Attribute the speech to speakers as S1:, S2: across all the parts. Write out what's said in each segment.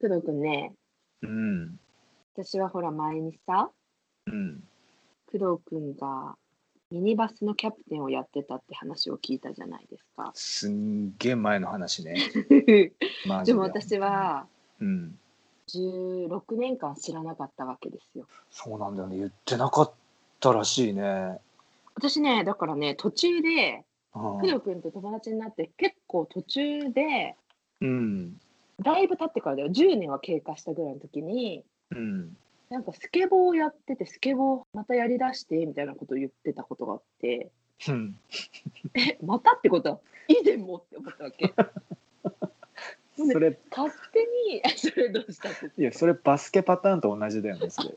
S1: 工藤くんね、
S2: うん。
S1: 私はほら前にさ、
S2: うん。。
S1: 工藤くんがミニバスのキャプテンをやってたって話を聞いたじゃないですか
S2: すんげえ前の話ね。マ
S1: で
S2: ジで
S1: も私。は
S2: うん。
S1: 16年間知らなかったわけですよ。
S2: そうなんだよね。言ってなかったらしいね。
S1: 私ね、だからね、途中で、
S2: うん
S1: 工藤くんと友達になって結構途中で、
S2: うん。
S1: だいぶ経ってからだよ、10年は経過したぐらいの時に、
S2: うん。
S1: なんかスケボーをやってて、スケボーまたやりだしてみたいなことを言ってたことがあって、
S2: うん。
S1: えまたってことは以前もって思ったわけね
S2: それ、
S1: 勝手に えそれどうしたって
S2: いや、それバスケパターンと同じだよね、そ れ。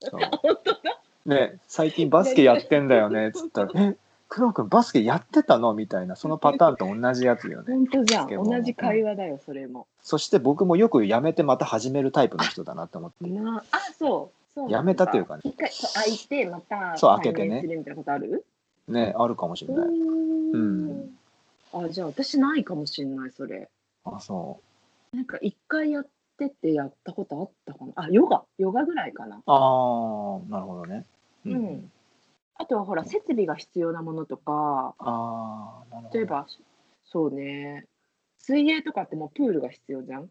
S2: そう
S1: 本当だ
S2: ね、最近バスケやってんだよね、つったら、え、工藤君バスケやってたのみたいな、そのパターンと同じやつよね。
S1: 本当じゃん
S2: スケボー
S1: 同じ会話だよそれも
S2: そして僕もよくやめてまた始めるタイプの人だなって思っ て。
S1: なあそうそう
S2: やめたというかね
S1: 一回そう開いてまた
S2: そう開けてね
S1: 再燃するみたいなことある
S2: ね、あるかもしれ
S1: う
S2: ない。
S1: ー
S2: うん
S1: あじゃあ私ないかもしれないそれ
S2: あ、そう。
S1: なんか一回やっててやったことあったかなあヨガヨガぐらいかな
S2: ああ、なるほどね。
S1: うん、あとはほら設備が必要なものとか
S2: ああ、なるほど。
S1: 例えばそうね水泳とかってもうプールが必要じゃん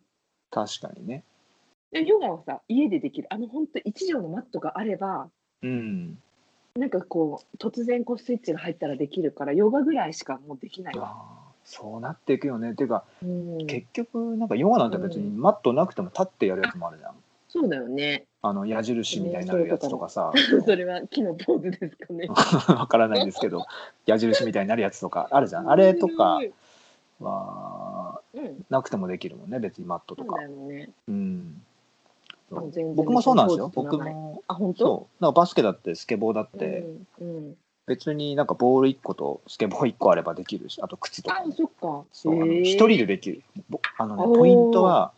S2: 確かにね。
S1: でヨガはさ家でできるあの本当一畳のマットがあれば
S2: うん。
S1: なんかこう突然こうスイッチが入ったらできるからヨガぐらいしかもうできないわ、
S2: あーそうなっていくよね。っていうか、
S1: うん、
S2: 結局、なんかヨガなんて別に
S1: う
S2: マットなくても立ってやるやつもあるじゃん。
S1: そうだよね
S2: あの矢印みたいになるやつとかさ、
S1: それは木のポーズですかね
S2: わからないんですけど、矢印みたいになるやつとかあるじゃん。あれとかは
S1: うん
S2: なくてもできるもんね、別にマット
S1: そ
S2: と
S1: う
S2: か
S1: だ。よね
S2: うん。そう
S1: もう全然
S2: 僕もそうなんですよ。
S1: 別に
S2: 僕
S1: ポーズと名前
S2: も。
S1: あ本当
S2: そう。なんかバスケだってスケボーだって、
S1: うんうん、
S2: 別になんかボール1個とスケボー1個あればできるし、あと靴と
S1: あ
S2: かね、
S1: そっか
S2: そうあの
S1: へー
S2: 一人でできる。ぼあのね、
S1: おー
S2: ポイントは、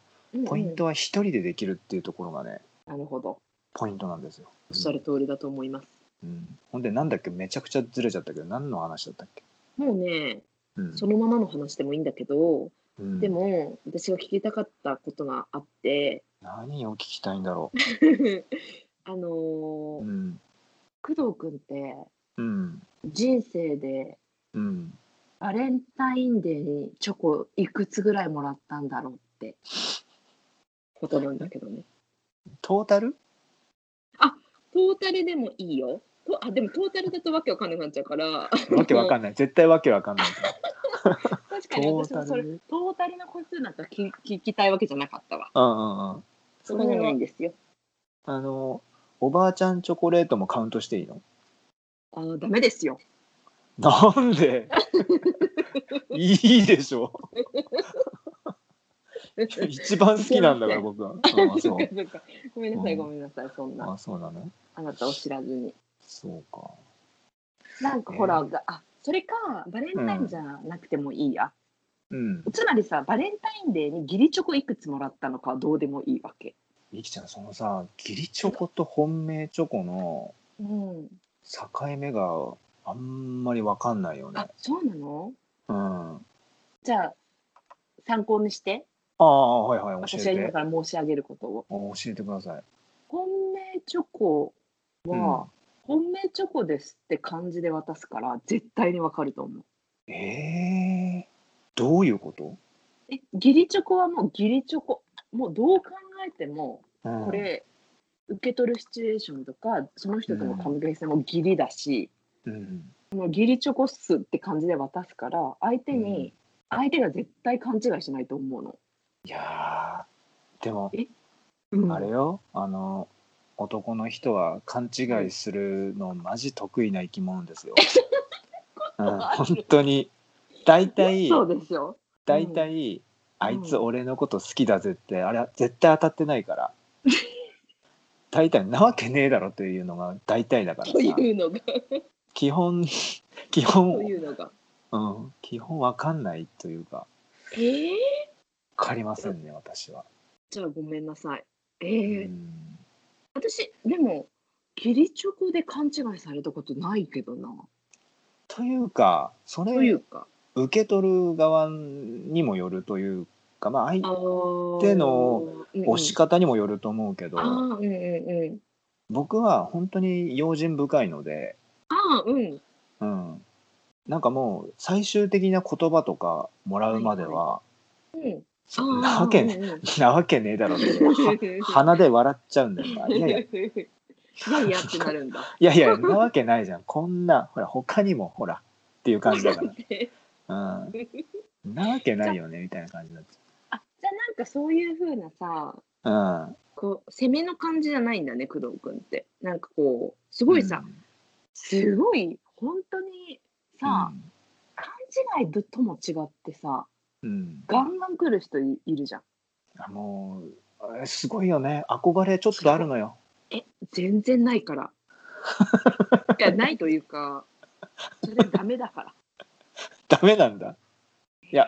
S2: ポイント
S1: うん
S2: は一人でできるっていうところがね、
S1: うんなるほど
S2: ポイントなんですよ。
S1: おっしゃる通りだと思います
S2: うん、ほんで、なんだっけ、めちゃくちゃずれちゃったけど、何の話だったっけ。
S1: もうね
S2: うん
S1: そのままの話でもいいんだけど
S2: うん
S1: でも私が聞きたかったことがあって
S2: 何を聞きたいんだろ
S1: あのー
S2: う。うん、
S1: 工藤君って
S2: うん、
S1: 人生で
S2: うん。
S1: バレンタインデーにチョコいくつぐらいもらったんだろうってことなんだけどね。
S2: トータル
S1: トータルでもいいよ。とあでもトータルだとわけわかんなくなっちゃうから
S2: わけわか んない。絶対わけわかんないけど。
S1: 確かに私もそれ
S2: トータ
S1: ト
S2: ル
S1: ータルの個数なんか聞聞きたいわけじゃなかったわ。
S2: うんうんうん。
S1: そ
S2: そ
S1: こ
S2: れ
S1: じゃない
S2: は
S1: ん、ですよ。
S2: あの、おばあちゃんチョコレートもカウントしていいの
S1: あのダメですよ。
S2: なんで いいでしょ。一番好きなんだから、僕は。うんあ、
S1: そ
S2: そうう
S1: か。 そうかごめんなさい
S2: うん
S1: ごめんなさいそんな
S2: あ、そうなの
S1: あなたを知らずに。
S2: そうか。
S1: なんかほら、
S2: えー
S1: があそれかバレンタインじゃなくてもいいや、
S2: うん。
S1: つまりさバレンタインデーに義理チョコいくつもらったのかはどうでもいいわけ、
S2: みきちゃん、そのさ、義理チョコと本命チョコの
S1: うん、
S2: 境目があんまりわかんないよね
S1: あ。そうなの
S2: うん。あ
S1: じゃあ参考にして
S2: あ、はいはい、教え
S1: 私は今
S2: て。
S1: から申し上げることを
S2: あ教えてください。
S1: 本命チョコは、本命チョコですって漢字で渡すから絶対にわかると思う
S2: ええどういうこと
S1: え義理チョコはもう義理チョコもうどう考えても
S2: うん
S1: これ、受け取るシチュエーションとかその人との関係性も義理だし、
S2: うん。
S1: もう義理チョコっすって感じで渡すから相手に、相手が絶対勘違いしないと思うの。
S2: いやーでも、
S1: うん、
S2: あれよ、あの、男の人は勘違いするのマジ得意な生き物で すよ。うん、本当に。大体、
S1: そうですよ。
S2: 大体、あいつ俺のこと好きだぜって、あれは絶対当たってないから。大体なわけねえだろというのが大体だからさ
S1: というのが
S2: 基本 基
S1: と
S2: 本
S1: いうのが。
S2: うん基本わかんないというか
S1: えー、
S2: わかりませんね私は、
S1: じゃあごめんなさい。え
S2: う
S1: ー
S2: ん、
S1: 私でも義理チョコで勘違いされたことないけどな。
S2: というかそ
S1: とい
S2: れ
S1: うか。
S2: 受け取る側にもよるというかまあ相手
S1: 手
S2: の押し方にもよると思うけど、
S1: あーうんうんうん。
S2: 僕は本当に用心深いので、
S1: あーうん。
S2: うん、なんかもう最終的な言葉とかもらうまでは、
S1: うん。
S2: そんなわけね、
S1: ね。
S2: なわけねえだろうけどは 鼻で笑っちゃうんだよな。いやいやい
S1: いやいやってなるん だ。
S2: やいやなわけないじゃんこんなほら他にもほらっていう感じだか
S1: あじ
S2: ら、うん、なわけないよねみたいな感じになっち
S1: ゃあなんかそういう風なさ、
S2: ゃう。うん
S1: こう攻めの感じじゃないんだね工藤君って。なんかこうすごいさ、
S2: うん
S1: すごい本当にさ、
S2: うん
S1: 勘違いとも違ってさ、
S2: うん、
S1: ガンガン来る人いいるじゃん。
S2: あもうあれすごいよね憧れちょっとあるのよ。
S1: え全然ないから いやないというかそれダメだから
S2: ダメなんだいや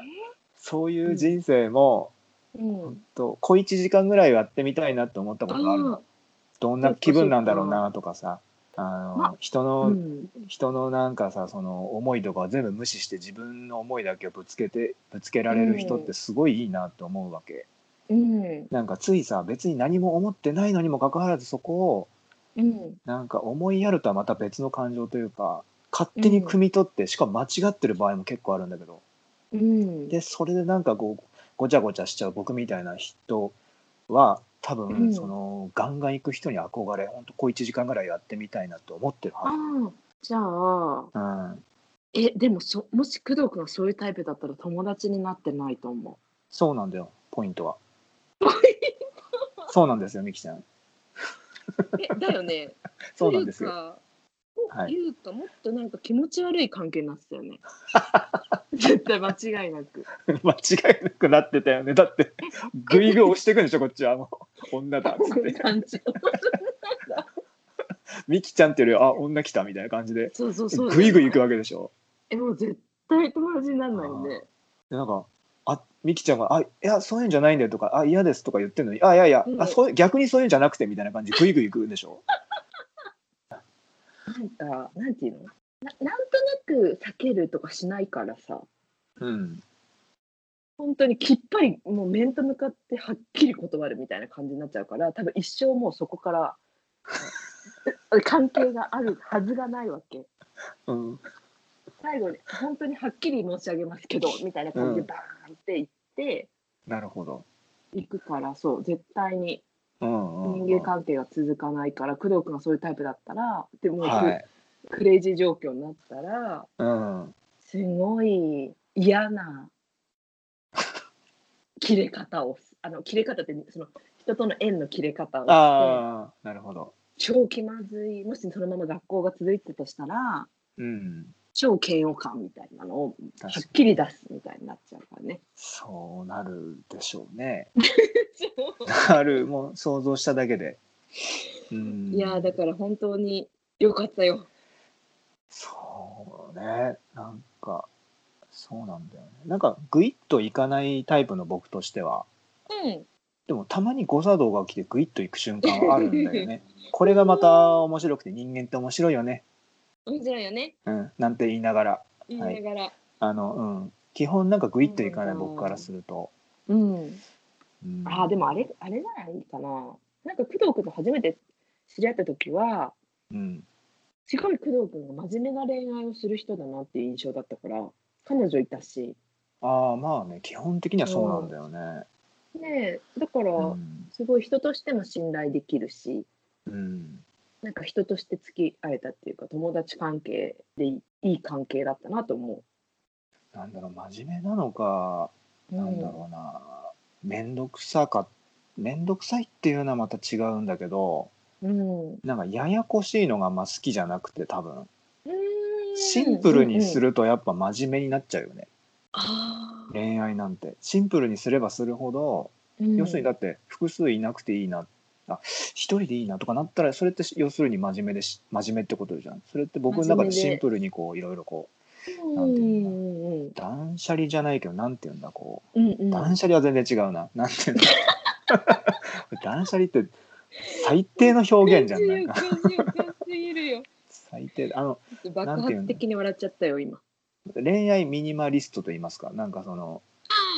S2: そういう人生も、
S1: うん、
S2: ほんと小1時間ぐらいやってみたいなって思ったことがあるの
S1: あ
S2: どんな気分なんだろうなとかさあの、
S1: ま
S2: 人
S1: あ
S2: の、
S1: うん
S2: 人のなんかさその思いとかを全部無視して自分の思いだけをぶつけてぶつけられる人ってすごいいいなと思うわけ、
S1: うん
S2: なんかついさ別に何も思ってないのにもかかわらずそこを
S1: うん
S2: なんか思いやるとはまた別の感情というか勝手に汲み取って、しかも間違ってる場合も結構あるんだけど
S1: うん
S2: でそれでなんかこうごちゃごちゃしちゃう僕みたいな人は多
S1: う
S2: 分
S1: ん
S2: その、ガンガン行く人に憧れほんと小1時間ぐらいやってみたいなと思ってる
S1: あ
S2: は
S1: あじゃあ
S2: ず、うん、
S1: えでもそもし工藤君がそういうタイプだったら友達になってないと思
S2: そうなんだよポイントはそうなんですよみきちゃん
S1: うえだよ ね
S2: そうなんですよ
S1: よ
S2: はい
S1: いうかもっとなんか気持ち悪い関係になってた よね絶対間違いなく
S2: 間違いなくなってたよねだってグイグイ押してくんでしょこっちはもう女だっつ
S1: そ
S2: っ
S1: んな
S2: て
S1: 感じ
S2: みきちゃんっていうよりあ女来たみたいな感じで
S1: そうそうそう
S2: グイグイ行くわけでしょ
S1: えもう絶対友達にならないよね
S2: でなんかあみきちゃんが「あいやそういうんじゃないんだよ」とか「あ嫌です」とか言ってるのに「あいやいや、
S1: うん
S2: あそう逆にそういうんじゃなくて」みたいな感じでグイグイ行くんでしょ
S1: なんかなんていうのななんとなく避けるとかしないからさ
S2: うん
S1: 本当にきっぱりもう面と向かってはっきり断るみたいな感じになっちゃうから多分一生もうそこから 関係があるはずがないわけ
S2: うん
S1: 最後に本当にはっきり申し上げますけどみたいな感じで
S2: うん
S1: バーンっていって
S2: なるほど
S1: いくからそう絶対に
S2: うんうん、うん、
S1: 人間関係が続かないから工藤君がそういうタイプだったらでもうク、
S2: はい
S1: クレイジー状況になったら
S2: うん
S1: すごい嫌な切れ方をすあの切れ方ってその人との縁の切れ方をして
S2: ああなるほど
S1: 超気まずいもしそのまま学校が続いてたとしたら
S2: うん
S1: 超嫌悪感みたいなのをは
S2: 確かに
S1: っきり出すみたいになっちゃうからね。
S2: そうなるでしょうねなるもう想像しただけでうん
S1: いやーだから本当に良かったよ。
S2: そうねなんかそうなんだよねなんかグイッといかないタイプの僕としては
S1: うん、
S2: でもたまに誤作動が起きてグイッといく瞬間はあるんだよ ねこれがまた面白くて人間って面白いよね、
S1: 面白いよね
S2: うん、なんて言いながら
S1: 言いながら。
S2: あの、うん、基本なんかグイッといかない
S1: うん
S2: 僕からすると、
S1: うん
S2: うん、
S1: あーでもあれあれじゃないかな。なんか工藤君と初めて知り合った時は
S2: うん
S1: すごい工藤君が真面目な恋愛をする人だなっていう印象だったから彼女いたし
S2: ああまあね基本的にはそうなんだよね、
S1: ねえだから
S2: うん
S1: すごい人としても信頼できるし
S2: うん、
S1: なんか人として付き合えたっていうか友達関係でいいい関係だったなと思
S2: なんだろう真面目なのか
S1: う。
S2: なんだろうな面倒くさか面倒くさいっていうのはまた違うんだけど
S1: うん、うん
S2: なんかややこしいのがあんま好きじゃなくて多分シン
S1: ン
S2: プルにす
S1: る。
S2: るとやっぱ真面目になっちゃうよね
S1: あー
S2: 恋愛なんてシンプルにすればするほど、
S1: うん
S2: 要するにだって複数いなくていいなあ一人でいいなとかなったらそれって要するに真面目でし真面目ってことじゃんそれって僕の中でシンプルにこういろいろこなんていうのかう断捨離じゃないけどなんていうんだこう
S1: うんうんうんうんうん
S2: 断捨離は全然違うな。なんていうの 断捨離って最低の表現じゃん。なん
S1: お
S2: か
S1: かしいおかしいおかしすぎるよ。
S2: 最低あの
S1: 爆発的に笑っちゃったよ今。
S2: 恋愛ミニマリストと言いますか。なんかその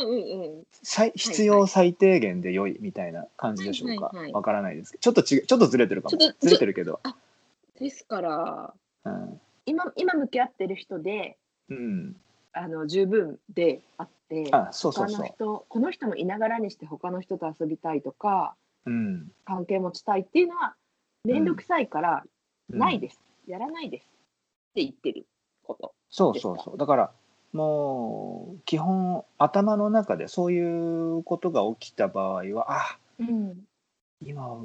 S1: あうんうん
S2: 最必要最低限で良いみたいな感じでしょうか
S1: はいはいはい
S2: わからないですけどちょっと違うちょっとずれてるかも
S1: ちょっと
S2: ずれてるけど、
S1: ですから
S2: うん
S1: 今今向き合ってる人で
S2: うん、
S1: あの十分であって
S2: あそうそう
S1: 他
S2: そ
S1: の人この人もいながらにして他の人と遊びたいとか
S2: う、うん、
S1: 関係持ちたいっていうのは面倒くさいから、
S2: うん
S1: ないですやらないですって言ってること。
S2: そうそうそうだからもう基本頭の中でそういうことが起きた場合はあ
S1: うん、
S2: 今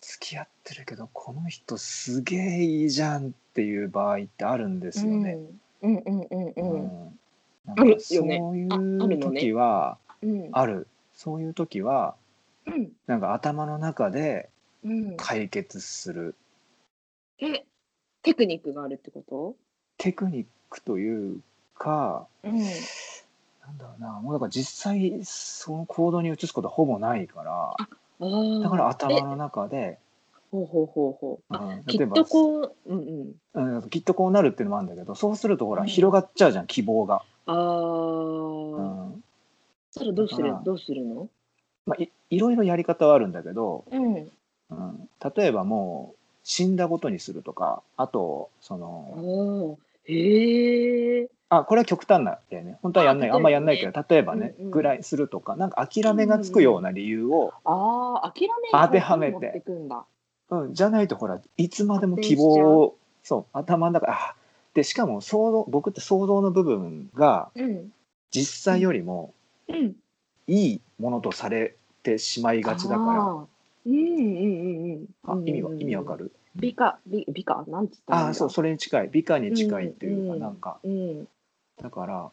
S2: 付き合ってるけどこの人すげえいいじゃんっていう場合ってあるんですよね。
S1: うんうんうん
S2: う
S1: うん
S2: んなん
S1: ある
S2: か
S1: よね
S2: そうい
S1: あある
S2: う
S1: のね
S2: 時は
S1: うん
S2: あるそういう時は
S1: うん
S2: なんか頭の中で
S1: うん
S2: 解決する
S1: えテクニックがあるってこと
S2: テクニックというか
S1: うん
S2: なんだろうなもうだから実際その行動に移すことはほぼないから
S1: あー
S2: だから頭
S1: え
S2: の中で、
S1: ほうほうほうほうあ
S2: うん
S1: き
S2: 例え
S1: っ
S2: ば
S1: とこううんうん
S2: うん、きっとこうなるっていうのもあるんだけどそうするとほら
S1: うん
S2: 広がっちゃうじゃん希望が。
S1: あ
S2: う
S1: ー
S2: ん
S1: そしたらどうす
S2: だ
S1: る
S2: から
S1: どうするの
S2: まあ、いいろいろやり方はあるんだけど、
S1: うん
S2: うん、例えばもう死んだことにするとかあとそ
S1: あ
S2: の
S1: ーへえ
S2: あこれは極端なんだよね本当はやんない
S1: あ
S2: あ,、
S1: 例えばね
S2: んまやんないけど例えばね、
S1: うんうん
S2: ぐらいするとかなんか諦めがつくような理由を、
S1: ああ諦め
S2: 当てはめて
S1: 持ってくんだ
S2: うんじゃないとほらいつまでも希望をそう頭の中あでしかも想像僕って想像の部分が
S1: うん
S2: 実際よりも
S1: うん
S2: いいものとされてしまいがちだから。
S1: あーうんうん
S2: あ
S1: うんうん
S2: 意味は意味わか
S1: る
S2: る
S1: 美化美美化なんつったらいいん
S2: あ
S1: だ
S2: あそうそれに近い美化に近いっていうか、
S1: うん
S2: なんか
S1: うん
S2: だから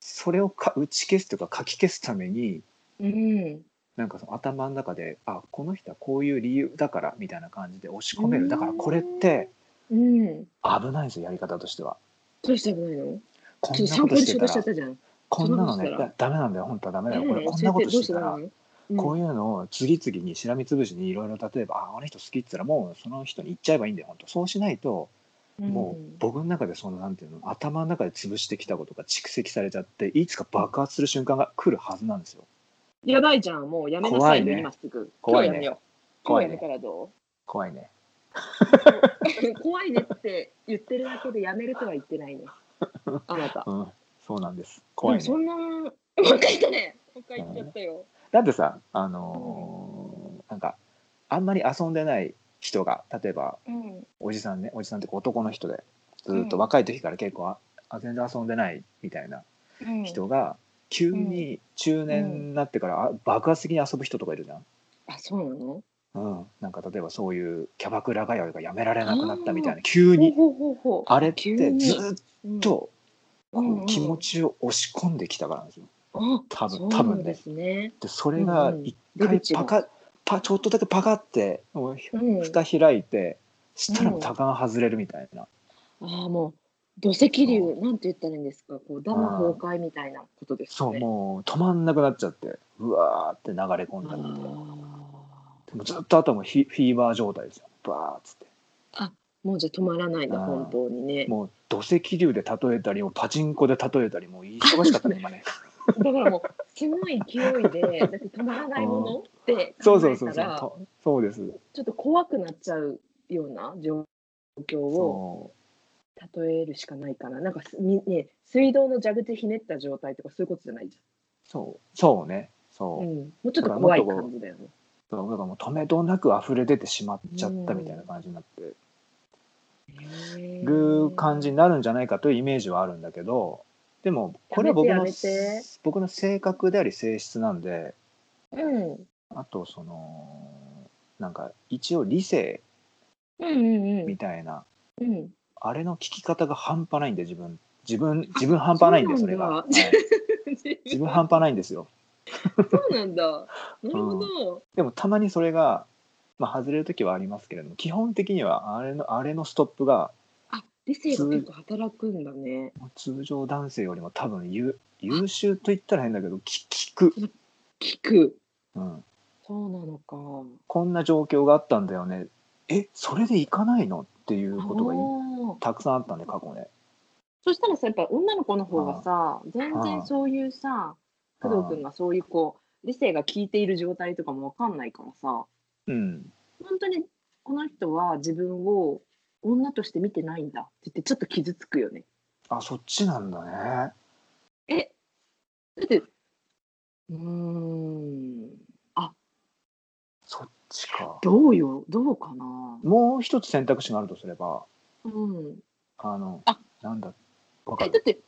S2: それをか打ち消すというか書き消すために
S1: うん
S2: なんかその頭の中であこの人はこういう理由だからみたいな感じで押し込め
S1: う
S2: る
S1: ん
S2: だからこれって
S1: うん
S2: 危ないんですよやり方としては
S1: どうしたらいいの
S2: こ
S1: ち
S2: ん
S1: ょっと参考
S2: なこと
S1: に
S2: し
S1: してよう
S2: た
S1: としちゃっ
S2: ら
S1: たじゃん。
S2: こんなの
S1: そ
S2: ね
S1: んなことしたら
S2: だダメなんだよ本当はダメだよ
S1: え
S2: これ
S1: え
S2: こんなことしてたら
S1: 教えて
S2: こ
S1: どう
S2: う
S1: し
S2: いうのを次々にしらみつぶしにいろいろ例えばああの人好きっつったらもうその人に言っちゃえばいいんだよ本当そうしないと
S1: たらいいのうん
S2: もう僕の中でそのなんていうの頭の中で潰してきたことが蓄積されちゃっていつか爆発する瞬間が来るはずなんですよ。
S1: やばいじゃん、もうやめなさ
S2: 怖
S1: い、
S2: いね
S1: 今すぐ。
S2: 怖い
S1: 今日やめよ
S2: ね
S1: う。今
S2: 怖
S1: 日
S2: い
S1: やめ
S2: ね
S1: たらど
S2: 怖いね。
S1: う 怖いねって言ってるだけでやめるとは言ってない ね。あなた。
S2: うん、そうなんです。怖い
S1: でもそ
S2: ね。
S1: んな、 もう一回言ったね。もう一回言っちゃったよ。
S2: だってさ、あのーなんかあんまり遊んでない人が例えば
S1: うん。
S2: おじさんねおじさんって男の人でずっと若い時から結構あ、あ全然遊んでないみたいな
S1: うん
S2: 人が急に中年になってから、あ爆発的に遊ぶ人とかいるじゃん。
S1: あ、そうなの
S2: うん、なんか例えばそういうキャバクラ通いがやめられなくなったみたい
S1: あ
S2: な急
S1: ほう
S2: に
S1: ほうほうほう。
S2: あれって
S1: 急に
S2: ずーっ
S1: うん
S2: とこ
S1: うんうん
S2: う気持ちを押し込んできたからなんですよ。
S1: あ
S2: 多
S1: そ
S2: 分
S1: う
S2: 多
S1: なん
S2: 分
S1: で
S2: ね。
S1: すね。
S2: でそれが
S1: うんうん
S2: 一
S1: 出
S2: 回
S1: 口が
S2: パカパちょっとだけパカってもう
S1: うん。
S2: 蓋開いてしたら
S1: うん
S2: 多感外れるみたいな。
S1: ああ、もう、土石
S2: そ
S1: 流、なんて言ったらいいんですか、こう、ダム崩壊みたいなことですね。
S2: そうもう止まんなくなっちゃってうわーって流れ込ん
S1: あ
S2: だみたいな。
S1: あ。
S2: でもずっとあとはもうフィフィーバー状態ですよ。バーっつって。
S1: もうじゃあ止まらないんだ
S2: あー
S1: 本当にね。
S2: もう土石流で例えたりもうパチンコで例えたりもう忙し かったね今ね。
S1: だからもうすごい勢いでだって止まらないものって
S2: そ
S1: 考
S2: うそう
S1: え
S2: そう
S1: た
S2: そう
S1: ら
S2: とそうです
S1: ちょっと怖くなっちゃうような状況を
S2: そ
S1: 例えるしかないかな。なんかすみね水道の蛇口ひねった状態とかそういうことじゃないじ
S2: うそうそうね
S1: ゃん。
S2: そうう、
S1: ん、もうちょっと怖い感じだよね。
S2: そうだからもう止めどなく溢れ出てしまっちゃったみたいな感じになって
S1: へー
S2: る感じになるんじゃないかというイメージはあるんだけどでもこれは僕
S1: や
S2: の
S1: めてやめて
S2: 僕の性格であり性質なんで
S1: うん
S2: あとそのなんか一応理性
S1: うんうんうん
S2: みたいな、
S1: うん。
S2: あれの聞き方が半端ないんで自分自分自分半端ないんで
S1: そ
S2: そう
S1: な
S2: れ
S1: んだ
S2: が、はい自分半端ないんですよ
S1: そうなんだ。なるほど。
S2: でもたまにそれが、まあ、外れる時はありますけれども基本的にはあれのあれのストップが
S1: あ理性が結構働くんだね。
S2: 通常男性よりも多分優優秀と言ったら変だけどき聞く、
S1: 聞く。
S2: うん、
S1: そうなのか。
S2: こんな状況があったんだよねえそれで行かないのっていうことがい
S1: あー
S2: たくさんあったんで過去ね
S1: そしたらさやっぱ女の子の方がさ全然そういうさ工藤君がそういうこう理性が効いている状態とかも分かんないからさ
S2: うん
S1: 本当にこの人は自分を女として見てないんだって言ってちょっと傷つくよね。
S2: あそっちなんだね
S1: えだってうーん
S2: そっちか
S1: どうよどうかな。
S2: もう一つ選択肢があるとすれば
S1: うん、
S2: あの
S1: あ
S2: なんだわか
S1: えだ
S2: る
S1: って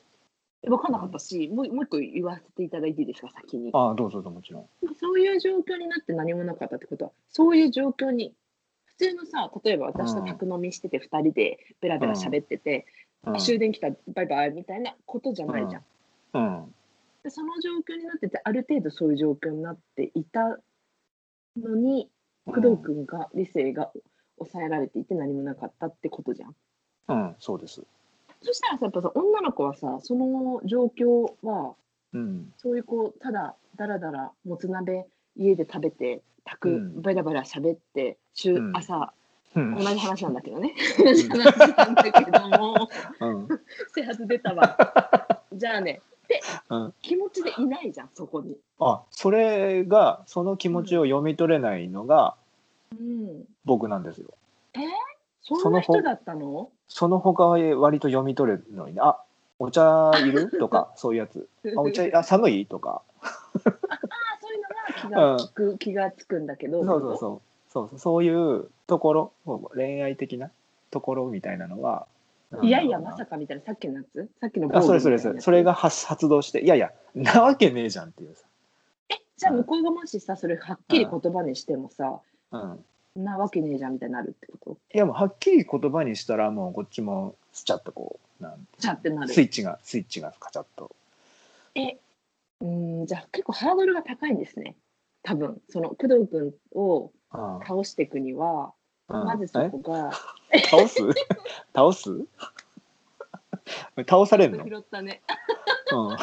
S1: 分かんなかったし、もうもう一個言わせていただいていいですか先に。
S2: あどうぞどうぞもちろん
S1: そういう状況になって何もなかったってことはそういう状況に普通のさ例えば私と宅飲みしてて2人でベラベラ喋ってて、
S2: うん
S1: 終電来たバイバイみたいなことじゃないじゃん。
S2: うん
S1: でその状況になっててある程度そういう状況になっていたのに
S2: うん
S1: 工藤君が理性が抑えられていて何もなかったってことじゃん。
S2: うんそうです
S1: そしたらさやっぱさ女の子はさその状況は
S2: うん
S1: そういうこうただだらだらもつ鍋家で食べて炊
S2: う
S1: く
S2: ん
S1: バラバラ喋って週、
S2: うん
S1: 朝
S2: うん
S1: 同じ話なんだけどね 同じ話なんだけども
S2: うん
S1: 整髪出たわじゃあねって
S2: うん
S1: 気持ちでいないじゃんそこに。
S2: あそれがその気持ちを読み取れないのが
S1: うん、
S2: 僕なんですよ
S1: そんな人だったの
S2: その他は割と読み取れるのにねあお茶 いるとかそういうやつあお茶あ寒いとか
S1: あそういうのが気が利く、気がつくんだけど
S2: そうそうそうそうそうそういうところ恋愛的なところみたいなのはなんだろうない
S1: やいやまさかみたいなさっきのやつさっきの
S2: あそれ
S1: 防御
S2: それ
S1: みたいなや
S2: それ
S1: つ
S2: それが発発動していやいやなわけねえじゃんっていうさ、
S1: じゃあ向こうがもしさそれはっきり言葉にしてもさ
S2: うん、
S1: なわけねえじゃんみたいになるってこと
S2: いやもうはっきり言葉にしたらもうこっちもスチャッとこうなん
S1: じゃあってなる
S2: スイッチがスイッチがカチャッと
S1: うーんじゃあ結構ハードルが高いんですね多分その工藤君を
S2: うんうん
S1: 倒していくには、まずそ
S2: え
S1: こが
S2: 倒す倒す倒されるの
S1: 拾ったね
S2: うん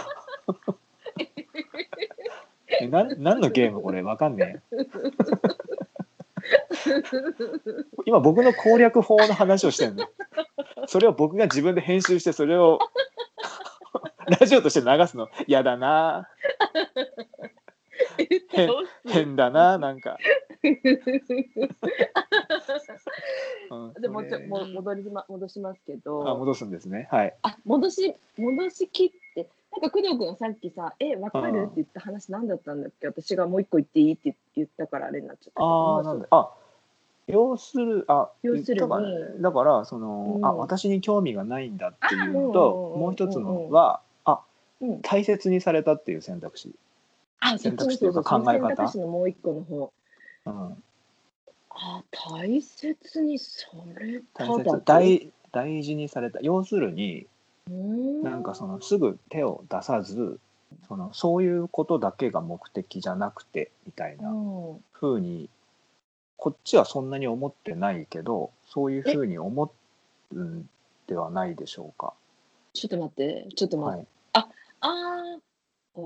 S2: えなん何のゲームこれわかんねえ今僕の攻略法の話をしてんのそれを僕が自分で編集してそれを ラジオとして流すの嫌だな変変だななんか、うん
S1: でもうちょ
S2: それ
S1: もう戻りま戻しますけ
S2: あ
S1: ど
S2: 戻すんですねはい
S1: あ戻し戻し切ってなんか工藤君がさっきさ「えわかる?」って言った話何だったんだっけ私がもう一個言っていいって言ったからあれになっちゃったけど
S2: ああなんだあ要するあ
S1: 要するに
S2: だからだからその、
S1: うん
S2: あ私に興味がないんだっていうの
S1: あ
S2: と
S1: うんうんうん
S2: もう一つのは、あ
S1: うん
S2: 大切にされたっていう選択肢、
S1: あそっ
S2: 選
S1: ちの
S2: 択肢と
S1: そ
S2: いうう
S1: そう
S2: か
S1: そ
S2: 考
S1: の
S2: え
S1: 選
S2: 方
S1: 択肢のもう一個の方
S2: うん、
S1: あ大切にそれか
S2: 大
S1: だ
S2: 切大大事にされた要するになんかそ
S1: の
S2: のすぐ手を出さずそのそういうことだけが目的じゃなくてみたいなふうにこっちはそんなに思ってないけどそういうふうに思うんではないでしょうか。
S1: ちょっと待ってちょっと待って、
S2: はい
S1: ああおー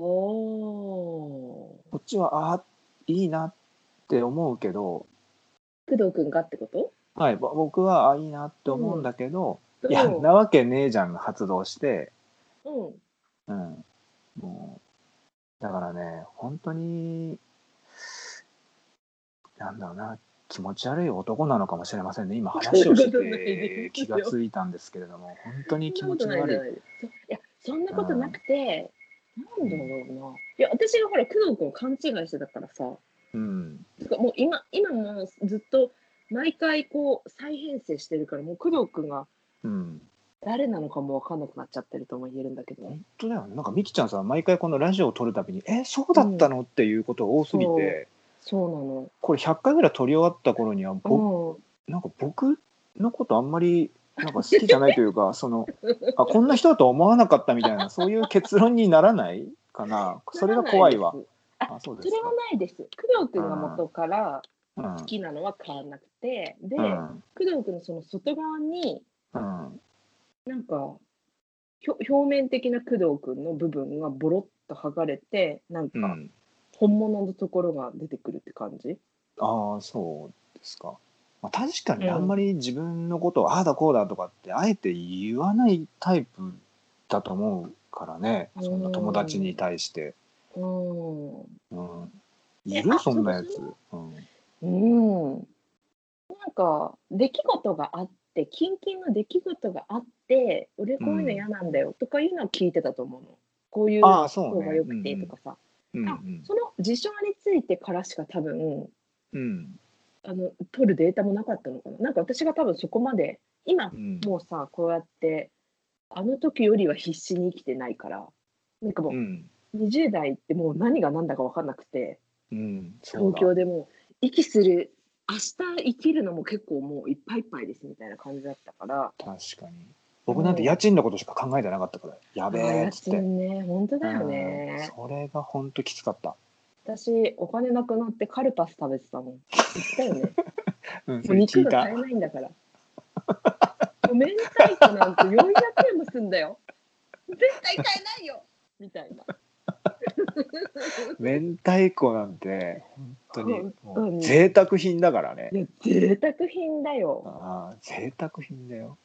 S2: こっちはあいいなって思うけど、
S1: 工藤君がってこと
S2: はい、ぼ僕はあいいなって思うんだけど、いや
S1: うん
S2: なわけねえじゃんが発動して、
S1: うん
S2: うん、もうだからね本当になんだろうな気持ち悪い男なのかもしれませんね今話
S1: そん
S2: をし
S1: なことないで
S2: て
S1: すよ
S2: 気がついたんですけれども本当に気持ちの悪
S1: い。
S2: い。
S1: そいや、そんなことなくて、なんだろうな。いや、私がほら、工藤君を勘違いしてたからさ、
S2: うん
S1: てかもう今、今もずっと、毎回こう、再編成してるから、もう工藤君が
S2: うん
S1: 誰なのかも分かんなくなっちゃってるとも言えるんだけどね
S2: 本。当だよねなんかみきちゃんさ毎回このラジオを撮るたびに「えそうだったの?」っていうことが多すぎ
S1: そう
S2: て
S1: そう
S2: これ100回ぐらい撮り終わった頃には
S1: な
S2: 僕
S1: の。
S2: なんか僕のことあんまりなんか好きじゃないというか そのあこんな人だとは思わなかったみたいなそういう結論にならないかな
S1: うん。
S2: それが怖いわ
S1: ならなです。
S2: あそう
S1: そ
S2: で
S1: れ
S2: す
S1: はないです。工藤君が元から
S2: か
S1: 好きなのは変わらなくて、で、
S2: うんう
S1: 工
S2: ん
S1: 藤君のその外側に、
S2: うん
S1: なんかひょ表面的な工藤君の部分がボロッと剥がれてなん
S2: う
S1: か
S2: ん
S1: 本物のところが出てくるって感じ、
S2: ああそうですか、まあ、確かにあんまり自分のことをああだこうだとかってあえて言わないタイプだと思うからねそんな友達に対して
S1: うん
S2: うん、
S1: え
S2: いる
S1: あ
S2: そんなやつ
S1: そう。
S2: うん、
S1: うん、なんか出来事があってキンキンの出来事があって俺こういうの嫌なんだよとかいうのを聞いてたと思うの、こういう
S2: ああそうね
S1: 方がよくてとかさ
S2: うん
S1: あその事象についてからしか多分
S2: うんうん
S1: あの取るデータもなかったのかななんか私が多分そこまで今
S2: うん
S1: もうさこうやってあの時よりは必死に生きてないからなんかも
S2: うん
S1: う20代ってもう何が何だか分かんなくて
S2: うんそ
S1: 東
S2: うだ
S1: 京でもう息する明日生きるのも結構もういっぱいいっぱいですみたいな感じだったから
S2: 確かに僕なんて家賃のことしか考えてなかったからやべえっつって
S1: あー家賃ね本当だよ
S2: うん
S1: ね
S2: それがほんときつかった、
S1: 私お金なくなってカルパス食べてたもん言った よね
S2: うん、
S1: もう肉
S2: 聞い
S1: が
S2: た
S1: 買えないんだからもう明太子なんて400円もすんだよ絶対買えないよみたいな
S2: 明太子なんて本当に
S1: 本当に
S2: もう贅沢品だからね
S1: いや贅沢品だよ
S2: ああ贅沢品だよ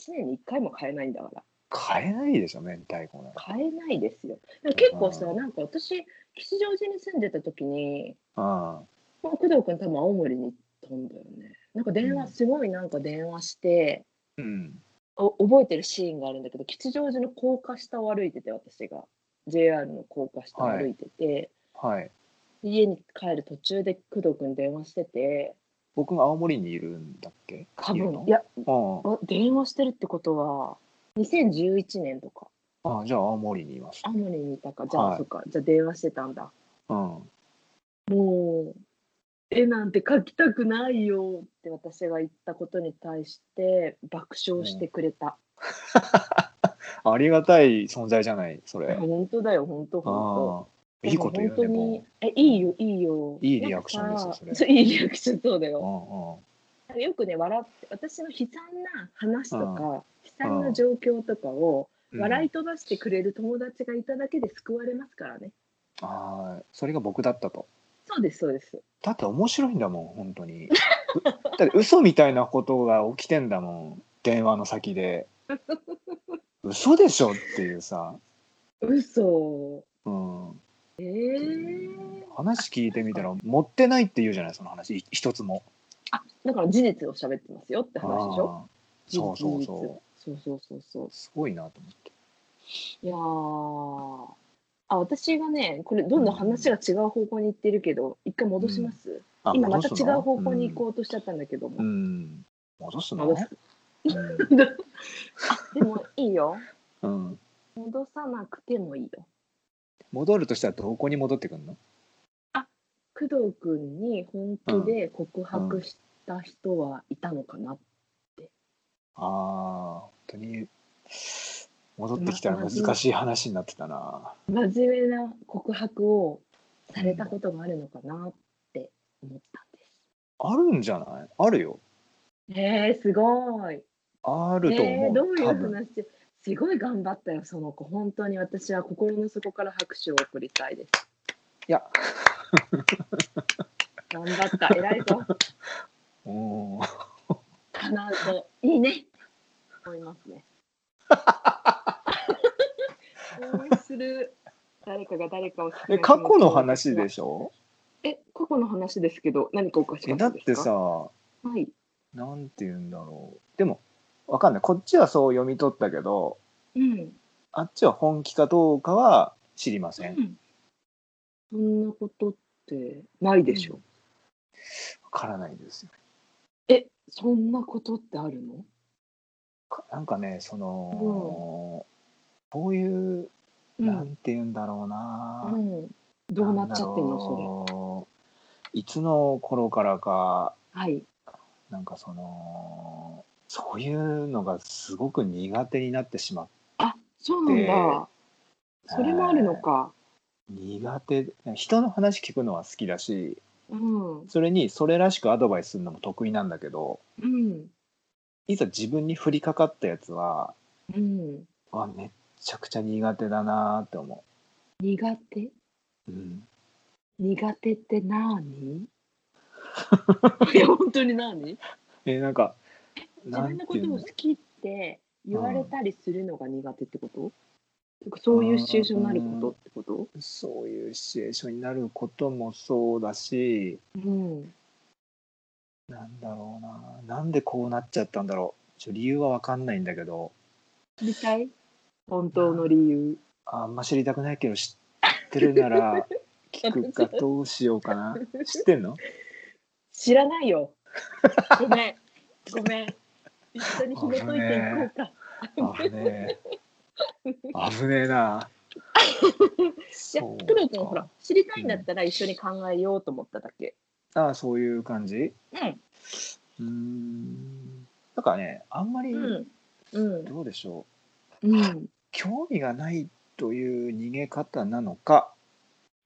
S1: 1年に1回も買えないんだから
S2: 買えないでしょ明太子なんか
S1: 買えないですよでも結構さ
S2: う
S1: なんか私吉祥寺に住んでた時に
S2: あ
S1: まあ工藤君多分青森に行ったんだよねなんか電話、
S2: うん
S1: すごいなんか電話して
S2: あうん
S1: お覚えてるシーンがあるんだけど吉祥寺の高架下を歩いてて私が JR の高架下を歩いてて、
S2: はい
S1: 家に帰る途中で工藤君電話してて
S2: 僕が青森にいるんだっけ
S1: 多
S2: いる
S1: 分
S2: の
S1: いや
S2: あ
S1: あ電話してるってことは2011年とか
S2: あああじゃあ青森にいます
S1: 青森にいたかじゃあ、
S2: はい
S1: そっかじゃあ電話してたんだ
S2: うん
S1: もう絵なんて描きたくないよって私が言ったことに対して爆笑してくれた、
S2: ありがたい存在じゃないそれ
S1: 本当だよ本当本
S2: ああ
S1: 当
S2: いいこと言うね
S1: でも
S2: も
S1: 本当にえいいよいいよ
S2: いいリアクションです
S1: な
S2: よ
S1: んかさ
S2: それ
S1: ういいリアクションそうだ
S2: う
S1: よよくね笑って私の悲惨な話とか悲惨な状況とかを
S2: うんうん
S1: 笑い飛ばしてくれる友達がいただけで救われますからね
S2: ああそれが僕だったと
S1: そうですそうです
S2: だって面白いんだもん本当にうだって嘘みたいなことが起きてんだもん電話の先で嘘でしょっていうさ、
S1: 嘘
S2: うん、
S1: えー、
S2: 話聞いてみたら持ってないって言うじゃないその話い一つも
S1: あだから事実を喋ってますよって話でしょ。
S2: あーそうそうそう
S1: そうそうそうそう
S2: すごいなと思って
S1: いやーあ私がねこれどんどん話が違う方向に行ってるけど一回戻します、
S2: あ
S1: 今また
S2: 戻す
S1: 違
S2: の
S1: う方向に行こうとしちゃったんだけども、
S2: うん、うん戻すの
S1: 戻す
S2: うん
S1: でもいいよ
S2: うん、
S1: 戻さなくてもいいよ
S2: 戻るとしたらどこに戻ってくるの
S1: 工藤君に本気で告白した人はいたのかな、
S2: ああ本当に戻ってきたら難しい話になってたな
S1: 真面目な告白をされたことがあるのかなって思ったんで
S2: あるんじゃないあるよ
S1: す、えー、すごい
S2: あると思う、
S1: えーどういう
S2: 多分
S1: 話すごい頑張ったよその子本当に私は心の底から拍手を送りたいです
S2: いや
S1: 頑張った偉いぞ
S2: うん
S1: かなうといいね思いますね応援する誰かが誰かを好きな
S2: え
S1: 気持
S2: 過
S1: ちを
S2: 去の話でしょ
S1: え過去の話ですけど何かおかしか
S2: え
S1: っ
S2: だ
S1: た
S2: っ
S1: ですか
S2: てさ
S1: はい
S2: なんて言うんだろうでもわかんないこっちはそう読み取ったけど
S1: うん、
S2: あっちは本気かどうかは知りません、わ
S1: そんなことってないでしょ、
S2: うからないですよ
S1: えそんなことってあるの
S2: かなんかねその、こういうなんて言うんだろうな、
S1: うん、どうなっちゃってん
S2: なん
S1: のそ
S2: だ
S1: れ
S2: ろういつの頃からか
S1: はい。
S2: なんかそのそういうのがすごく苦手になってしまっ
S1: あ、そうなんだ。それもあるのか。
S2: 苦手人の話聞くのは好きだし
S1: うん。う
S2: それにそれらしくアドバイスするのも得意なんだけど
S1: ん。
S2: いざ自分に降りかかったやつは
S1: うん。
S2: わめっちゃくちゃ苦手だなーって思
S1: 苦手。
S2: う、うん、
S1: 苦手って 何。いや、本当に何。
S2: えなんか
S1: 自分のこと
S2: う
S1: を
S2: の
S1: 好きって言われたりするのが苦手ってこと。とかそういうシチュエーションになることってこと
S2: そういうシチュエーションになることもそうだし
S1: うん
S2: なんだろうななんでこうなっちゃったんだろうちょ理由は分かんないんだけど
S1: 知りたい本当の理由
S2: あんま知りたくないけど知ってる なら聞くかどうしようかな知ってんの
S1: 知らない よごめんごめん一緒に紐解いていこうか
S2: 危ねえ危ねえな
S1: いや
S2: そうか
S1: プロ君ほら知りたいんだったら一緒に考えようと思っただけ
S2: ああそういう感じ
S1: うん
S2: うーんなんかねあんまり
S1: うんうん
S2: どうでしょ
S1: うん
S2: う興味がないという逃げ方なのか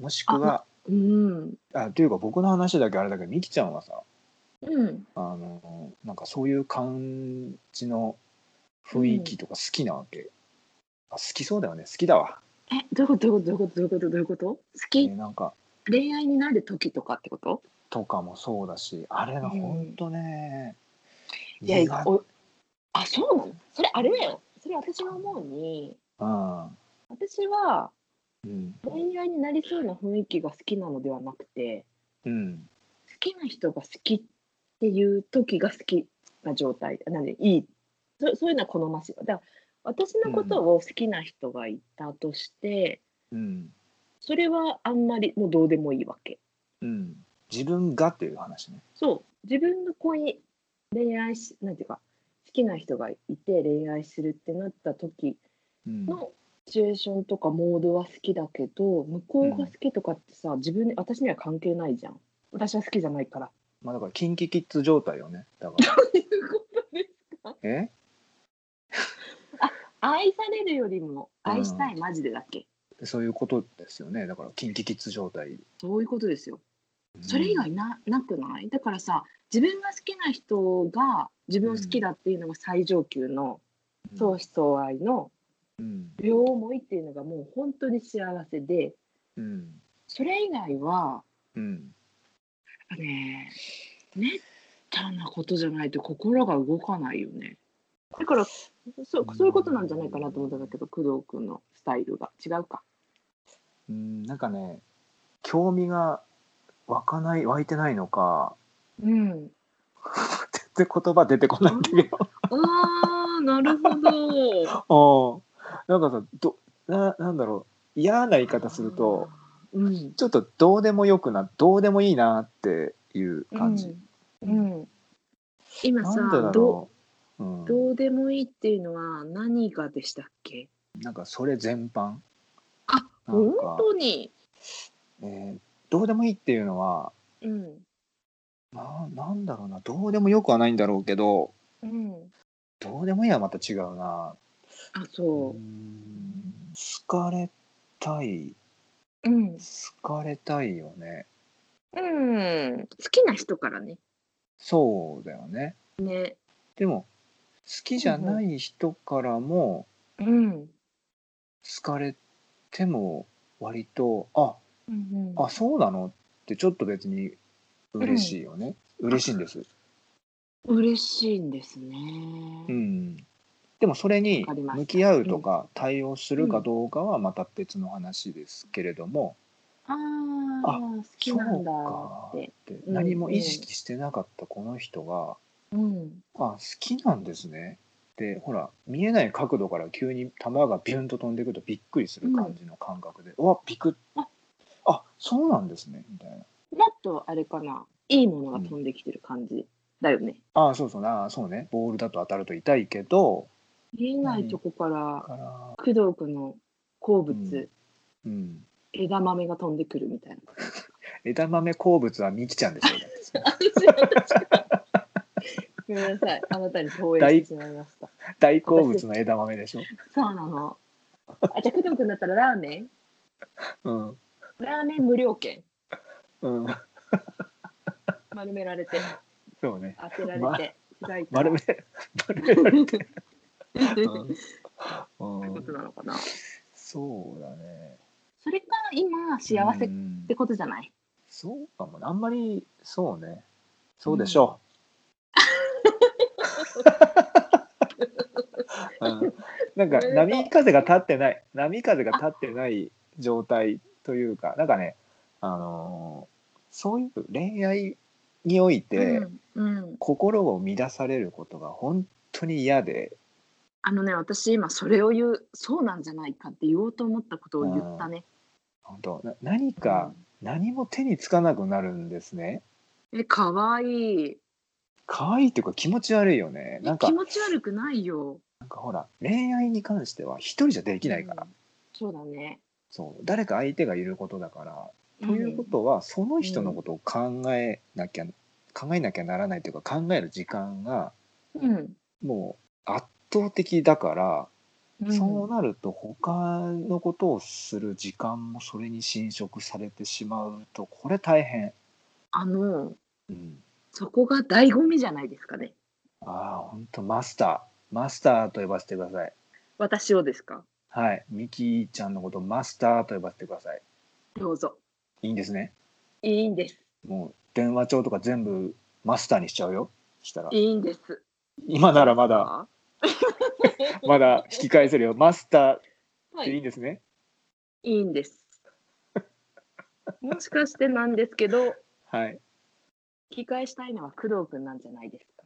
S2: もしくは
S1: うん
S2: あというか僕の話だけあれだけどみきちゃんはさ
S1: うん
S2: あのなんかそういう感じの雰囲気とか好きなわけ、あ好きそうだよね好きだわ、
S1: えどういうことどういうことどういうことどういうことどういうこと好き
S2: ねなんか
S1: 恋愛になる時とかってこと
S2: とかもそうだしあれがほんとね、
S1: いや
S2: 苦手
S1: おあそうなのそれあれだよそれ私が思うに
S2: うん
S1: 私は
S2: うん
S1: 恋愛になりそうな雰囲気が好きなのではなくて
S2: うん
S1: 好きな人が好きっていう時が好きな状態なんでいいそそういうのは好ましいだから私のことを好きな人がいたとして、
S2: うん
S1: それはあんまりもうどうでもいいわけ
S2: うん自分がっていう話ね
S1: そう自分が恋恋愛しなんていうか好きな人がいて恋愛するってなった時
S2: うん
S1: のシチュエーションとかモードは好きだけど向こうが好きとかってさ自分に私には関係ないじゃん私は好きじゃないから。
S2: まあだからキンキキッズ状態よねだから
S1: ということで
S2: え
S1: 愛されるよりも愛したい、マジでだっけ
S2: そういうことですよねだからキンキキッズ状態
S1: そういうことですよそれ以外ななくないだからさ自分が好きな人が自分を好きだっていうのが最上級の相思相愛の
S2: うん
S1: 両思いっていうのがもう本当に幸せで
S2: うん
S1: それ以外は
S2: うん
S1: やっぱねめったなことじゃないと心が動かないよねだからそそういうことなんじゃないかなと思ったんだけど工藤君のスタイルが違うか
S2: うんなんかね興味が湧かない湧いてないのか
S1: うん
S2: 全然言葉出てこないんだけど
S1: あーなるほど
S2: うんなんかさどななんだろう嫌な言い方すると、
S1: うん、
S2: ちょっとどうでもよくなどうでもいいなっていう感じ、
S1: うんうん今さ
S2: なんでだ
S1: ど
S2: ろう、うん、
S1: うどうでもいいっていうのは何がでしたっけ
S2: なんかそれ全般
S1: あ
S2: なん
S1: 本
S2: か、
S1: 当に、
S2: えーどうでもいいっていうのは
S1: うん
S2: ななんだろうなどうでもよくはないんだろうけど
S1: うん、
S2: どうでもいいはまた違うな
S1: あ
S2: う
S1: そ、
S2: ん好かれたい
S1: う
S2: う
S1: ん
S2: 好かれたいよね
S1: うん、好きな人からね
S2: そうだよね
S1: ね
S2: でも好きじゃない人からも
S1: うん、うん
S2: 好かれても割とあ
S1: うん、
S2: あそうなのってちょっと別に嬉しいよね、嬉しいんです、
S1: 嬉しいんですね、
S2: うん、でもそれに
S1: わかりました
S2: 向き合うとか対応するかどうかはまた別の話ですけれども、
S1: ああ好きなんだって
S2: で
S1: うん
S2: 何も意識してなかったこの人が
S1: うん
S2: 「あ好きなんですね」でほら見えない角度から急に球がビュンと飛んでくるとびっくりする感じの感覚で「うわびく
S1: あ
S2: あそうなんですね」みたいな
S1: もっとあれかないいものが飛んできてる感じだよね、
S2: 「あそうそうなそうねボールだと当たると痛いけど
S1: 見えないとこから
S2: だから
S1: 工藤君の好物、
S2: うんうん
S1: 枝豆が飛んでくるみたいな。
S2: 枝豆好物はみきちゃんでしょ」
S1: ごめんなさい、あなたに投影してしまいました。
S2: 大好物の枝豆でしょ。
S1: そうなの。あ、じゃあ工藤君だったらラーメン
S2: うん
S1: ラーメン無料券
S2: うん、
S1: 丸められて、
S2: そうね
S1: 当てられて、開いた
S2: 丸
S1: ら
S2: め丸められて、
S1: って
S2: うんう
S1: こ
S2: ん
S1: となのかな。
S2: そうだね
S1: それが今、幸せっ
S2: うん
S1: てことじゃない
S2: そうかもねあんまりそうねそうでしょう、うんなんか
S1: おめでとう
S2: 波風が立ってない波風が立ってない状態というかなんかねあのーそういう恋愛において、
S1: うんうん、
S2: 心を乱されることが本当に嫌で
S1: あのね私今それを言うそうなんじゃないかって言おうと思ったことを言ったね。
S2: 本当な何か、何も手につかなくなるんですね
S1: うんえ可愛いい
S2: 可愛いっていうか気持ち悪いよね
S1: え
S2: なんか
S1: 気持ち悪くないよ。
S2: なんかほら恋愛に関しては一人じゃできないから、
S1: うんそうだね。
S2: そう誰か相手がいることだからというこ
S1: ん
S2: とは、その人のことを考えなきゃ、考えなきゃならないというか考える時間が
S1: うん
S2: もう圧倒的だから、
S1: うん、
S2: そうなると他のことをする時間もそれに侵食されてしまうとこれ大変、
S1: あの
S2: うん、
S1: そこが醍醐味じゃないですかね。
S2: ああ本当マスターマスターと呼ばせてください
S1: 私をですか。
S2: はいミキちゃんのことマスターと呼ばせてください
S1: どうぞ
S2: いいんですね
S1: いいんです
S2: もう電話帳とか全部マスターにしちゃうよしたら
S1: いいんです。
S2: 今ならまだ
S1: は
S2: まだ引き返せるよ。マスターでいい
S1: い
S2: んですね。
S1: いいん です。もしかしてなんですけど。
S2: はい。
S1: 引き返したいのは工藤くんなんじゃない ですか。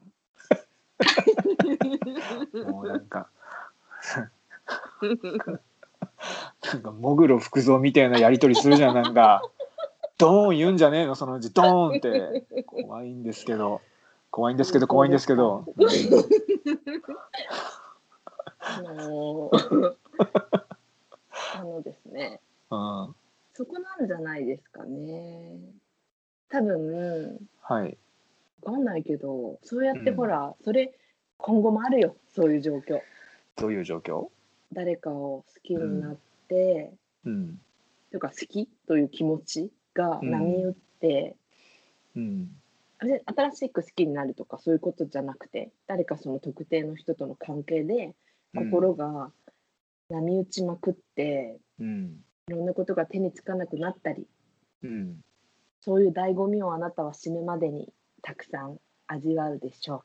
S2: もうなんか、なんか、もぐろ福蔵みたいなやりとりするじゃん、なんか。ドーン言うんじゃねえの、そのうち、ドーンって。怖いんですけど。怖いんですけど、怖いんですけど。
S1: あの ーあのですね、
S2: うん。は
S1: そこなんじゃないですかね。多分、
S2: い。
S1: わかんないけど、そうやっ
S2: う
S1: て
S2: ん
S1: ほら、それ今後もあるよ、そういう状況。
S2: どういう状況
S1: 誰かを好きになって、
S2: うん。
S1: というか好きという気持ちが波打って。
S2: うん。
S1: あれ新しく好きになるとかそういうことじゃなくて誰かその特定の人との関係で
S2: うん
S1: 心が波打ちまくって、
S2: うん。
S1: いろんなことが手につかなくなったり
S2: うん。
S1: そういう醍醐味をあなたは死ぬまでにたくさん味わうでしょ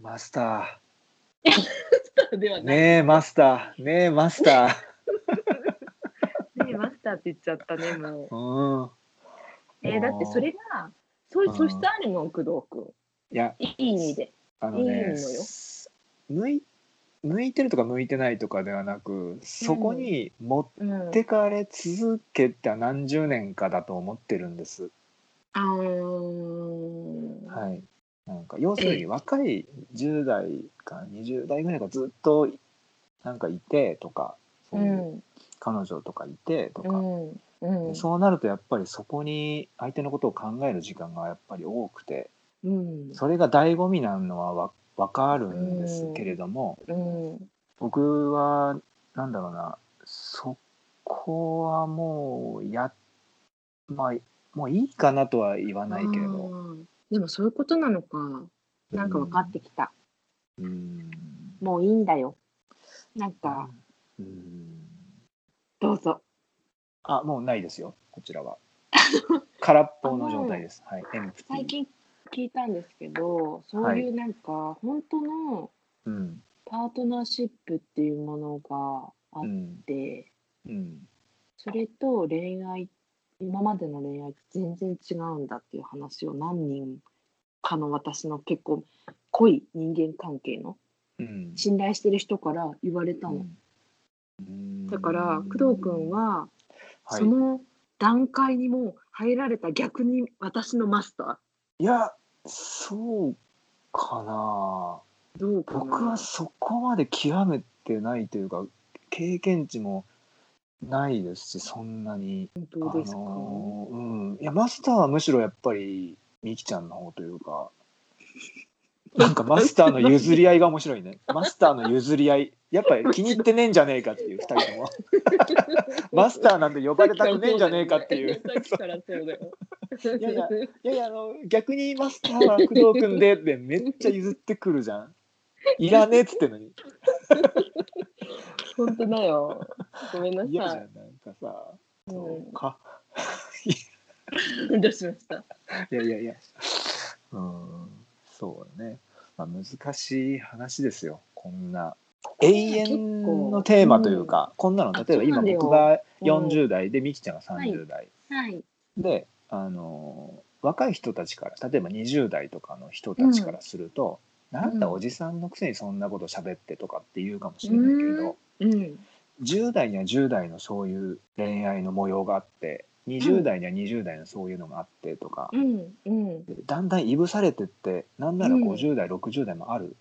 S2: マスタ
S1: う。 では
S2: ー。ねえ、マスター。ねえ、マスタ
S1: ねマスターって言っちゃったね もう。
S2: ー。うん。
S1: えーだってそれがそういう素質あるもん工藤君
S2: いや、
S1: いい意味で。
S2: あのね
S1: いいのよ
S2: 向い向いてるとか向いてないとかではなくそこに持っ
S1: うん、
S2: てかれ続けた何十年かだと思ってるんです、
S1: あー
S2: はい、なんか要するに若い10代か20代ぐらいがずっとなんかいてとかそうういうん彼女とかいてと
S1: う
S2: か、
S1: んうん
S2: そうなるとやっぱりそこに相手のことを考える時間がやっぱり多くて
S1: うん
S2: それが醍醐味なのはわ分かるんですけれども、
S1: うん
S2: 僕はなんだろうなそこはもうやまあもういいかなとは言わないけれど
S1: あーでもそういうことなのかなんか分かってきた、
S2: うん
S1: もういいんだよなんか
S2: うん
S1: どうぞ
S2: あもうないですよこちらは空っぽの状態ですはいエンプティ
S1: 最近聞いたんですけどそういうなんか、本当の
S2: うん
S1: パートナーシップっていうものがあ
S2: う
S1: っ
S2: ん
S1: て、
S2: うん
S1: それと恋愛今までの恋愛と全然違うんだっていう話を何人かの私の結構濃い人間関係の
S2: うん
S1: 信頼してる人から言われたの、
S2: うん
S1: だから工藤君は
S2: はい
S1: その段階にもう入られた逆に私のマスタ
S2: いやそうかな
S1: ーどうかな
S2: 僕はそこまで極めてないというか経験値もないですしそんなに
S1: 本当です
S2: あ
S1: か、
S2: のーうんいやマスターはむしろやっぱりミキちゃんの方とい うかなんかマスターの譲り合いが面白いねマスターの譲り合いやっぱり気に入ってねえんじゃねえかっていう2人 ともマスターなんて呼ばれたくねえんじゃねえかっていう
S1: さっきからそうだよ
S2: いやいやいやいやあの逆にマスターは工藤君でってめっちゃ譲ってくるじ ゃんいらねえっつってんのに
S1: 本当だ よごめんな
S2: 嫌じゃ
S1: さ
S2: んなんかさ
S1: い、
S2: そう
S1: う
S2: か
S1: ん、どうしました
S2: いやいやいやうんそうだね、まあ、難しい話ですよこんな永遠のテーマというか、こんなの例えば今
S1: あそうなんだよ
S2: 僕が
S1: うん
S2: 40代でみきちゃんが30代、
S3: はい。
S2: であの若い人たちから例えば20代とかの人たちからすると、あんたおじさんのくせにそんなこと喋ってとかって言うかもしれないけれど、
S1: うん
S2: 10代には10代のそういう恋愛の模様があって20代には20代のそういうのがあってとか、
S1: うんうん
S2: だんだんいぶされてってなんなら
S1: うん
S2: 50代、60代もある、
S1: うん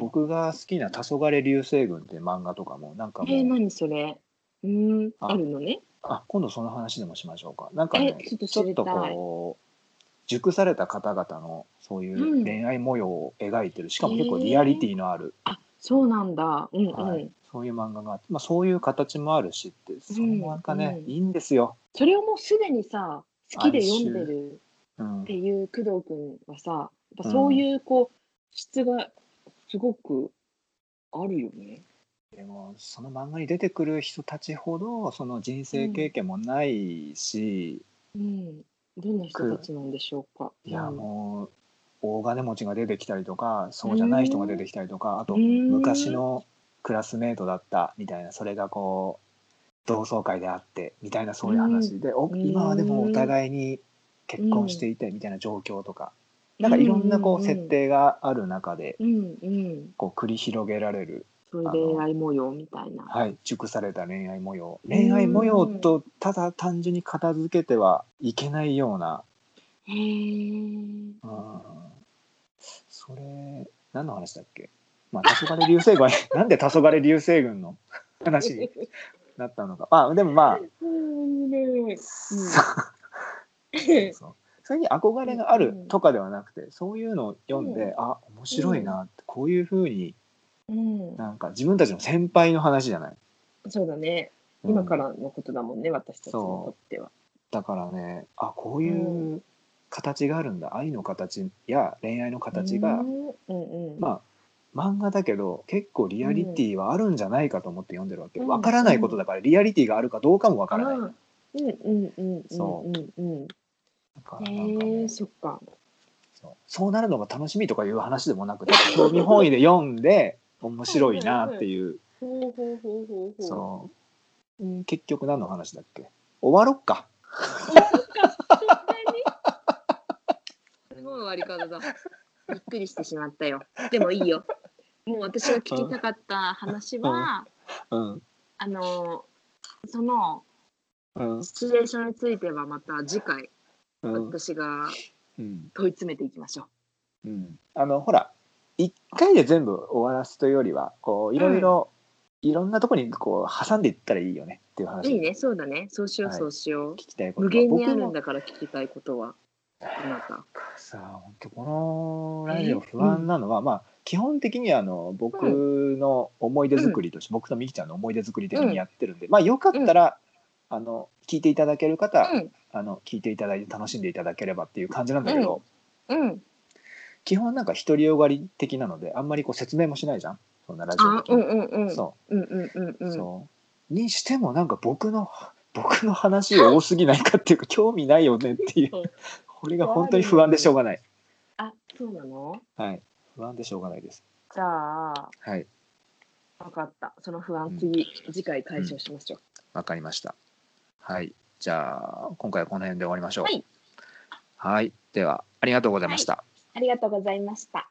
S2: 僕が好きな「黄昏流星群」っていう漫画とかもなんかもう、
S1: えー、何それうん
S2: あ
S1: あるのね
S2: あ今度その話でもしましょうかなんかね
S1: えちょ
S2: ちょ
S1: っと知
S2: っ
S1: り
S2: と
S1: たい
S2: こう熟された方々のそういうんう恋愛模様を描いてる、しかも結構
S1: へー
S2: リアリティのある、
S1: あそうなんだうんうん、
S2: はいそういう漫画があって、まあ、そういう形もあるしってそれもなんかね、
S1: うん
S2: いいんですよ。
S1: それをもうすでにさ好きで読んでる
S2: うん
S1: っていう工藤君はさやっぱそういうこう質がすごくあるよね。
S2: でもその漫画に出てくる人たちほどその人生経験もないし、
S1: うん、どんな人たちなんでしょうか。
S2: いや
S1: うん
S2: もう大金持ちが出てきたりとかそうじゃない人が出てきたりとかあと
S1: うん
S2: 昔のクラスメートだったみたいなそれがこう同窓会であってみたいなそういう話で、お
S1: うん
S2: 今はでもお互いに結婚していてみたいな状況とか、なんかいろんな
S1: う
S2: こうん設定がある中で
S1: うんうん、
S2: こう繰り広げられる
S1: そういう恋愛模様みたいな。
S2: はい、熟された恋愛模様
S1: うん
S2: 恋愛模様とただ単純に片付けてはいけないような、
S1: へー
S2: うん、それ何の話だっけまあ黄昏流星群 なんで黄昏流星群の 話になったのかあでもまあ、
S1: うんね
S2: そうそうそうそれに憧れがあるとかではなくてそういうのを読んで、
S1: うん
S2: あ面白いなってこういうふうに
S1: うん、
S2: なんか自分たちの先輩の話じゃない。
S1: そうだね。
S2: うん
S1: 今からのことだもんね、私たちにとっては。
S2: だからねあこういう形があるんだ、愛の形や恋愛の形が、
S1: うんうんうん、
S2: まあ漫画だけど結構リアリティはあるんじゃないかと思って読んでるわけ
S1: うん
S2: わからないことだからリアリティがあるかどうかもわからない、
S1: うんうんうんうん
S2: そ
S1: うんうん。
S2: だからなん
S1: へ
S2: かね
S1: え、そっか。
S2: そうそうなるのが楽しみとかいう話でもなくて興味本位で読んで面白いなっていう
S1: ほうほうほうほうほう。
S2: そう、うん、結局何の話だっけ終わろっか
S1: すごい終わり方だ。びっくりしてしまったよ。でもいいよ。もう私が聞きたかった話は、
S2: うん
S1: あのその
S2: うん
S1: シチュエーションについてはまた次回
S2: うん
S1: 私が
S2: うん
S1: 問い詰めていきましょ
S2: うん、あのほら一回で全部終わらすというよりはこういろいろ、いろんなとこにこう挟んでいったらいいよねっていう
S1: う。
S2: 話
S1: いいね、そうだね。そうしよう、
S2: はい
S1: そうしよう。
S2: 聞きたいこ
S1: 無
S2: とが
S1: 限にあるん
S2: 僕も
S1: だから聞きたいことは。あなた。
S2: さあ本当このラジオ不安なのは、まあ基本的にはあの僕の思い出作りとして、僕とみきちゃんの思い出作り的にやってるんで、まあよかったら、あの聞いていただける方、
S1: うん
S2: あの聞いていただいて楽しんでいただければっていう感じなんだけど、
S1: うん。
S2: 基本なんか独りよがり的なのであんまりこう説明もしないじゃんそんなラジオ
S1: あ
S2: だ、と
S1: うんうんうん。
S2: そう
S1: うんうんうんうん。
S2: そうにしてもなんか僕の僕の話多すぎないかっていうか興味ないよねっていう
S1: そう
S2: これが本当に不安でしょうがない、
S1: あ、そうなの
S2: はい、不安でしょうがないです、
S1: じゃあ、
S2: はい、
S1: 分かった。その不安次、次回解消しましょう。
S2: わかりましたはいじゃあ今回はこの辺で終わりましょう
S1: はい
S2: はいではありがとうございました、
S1: ありがとうございました。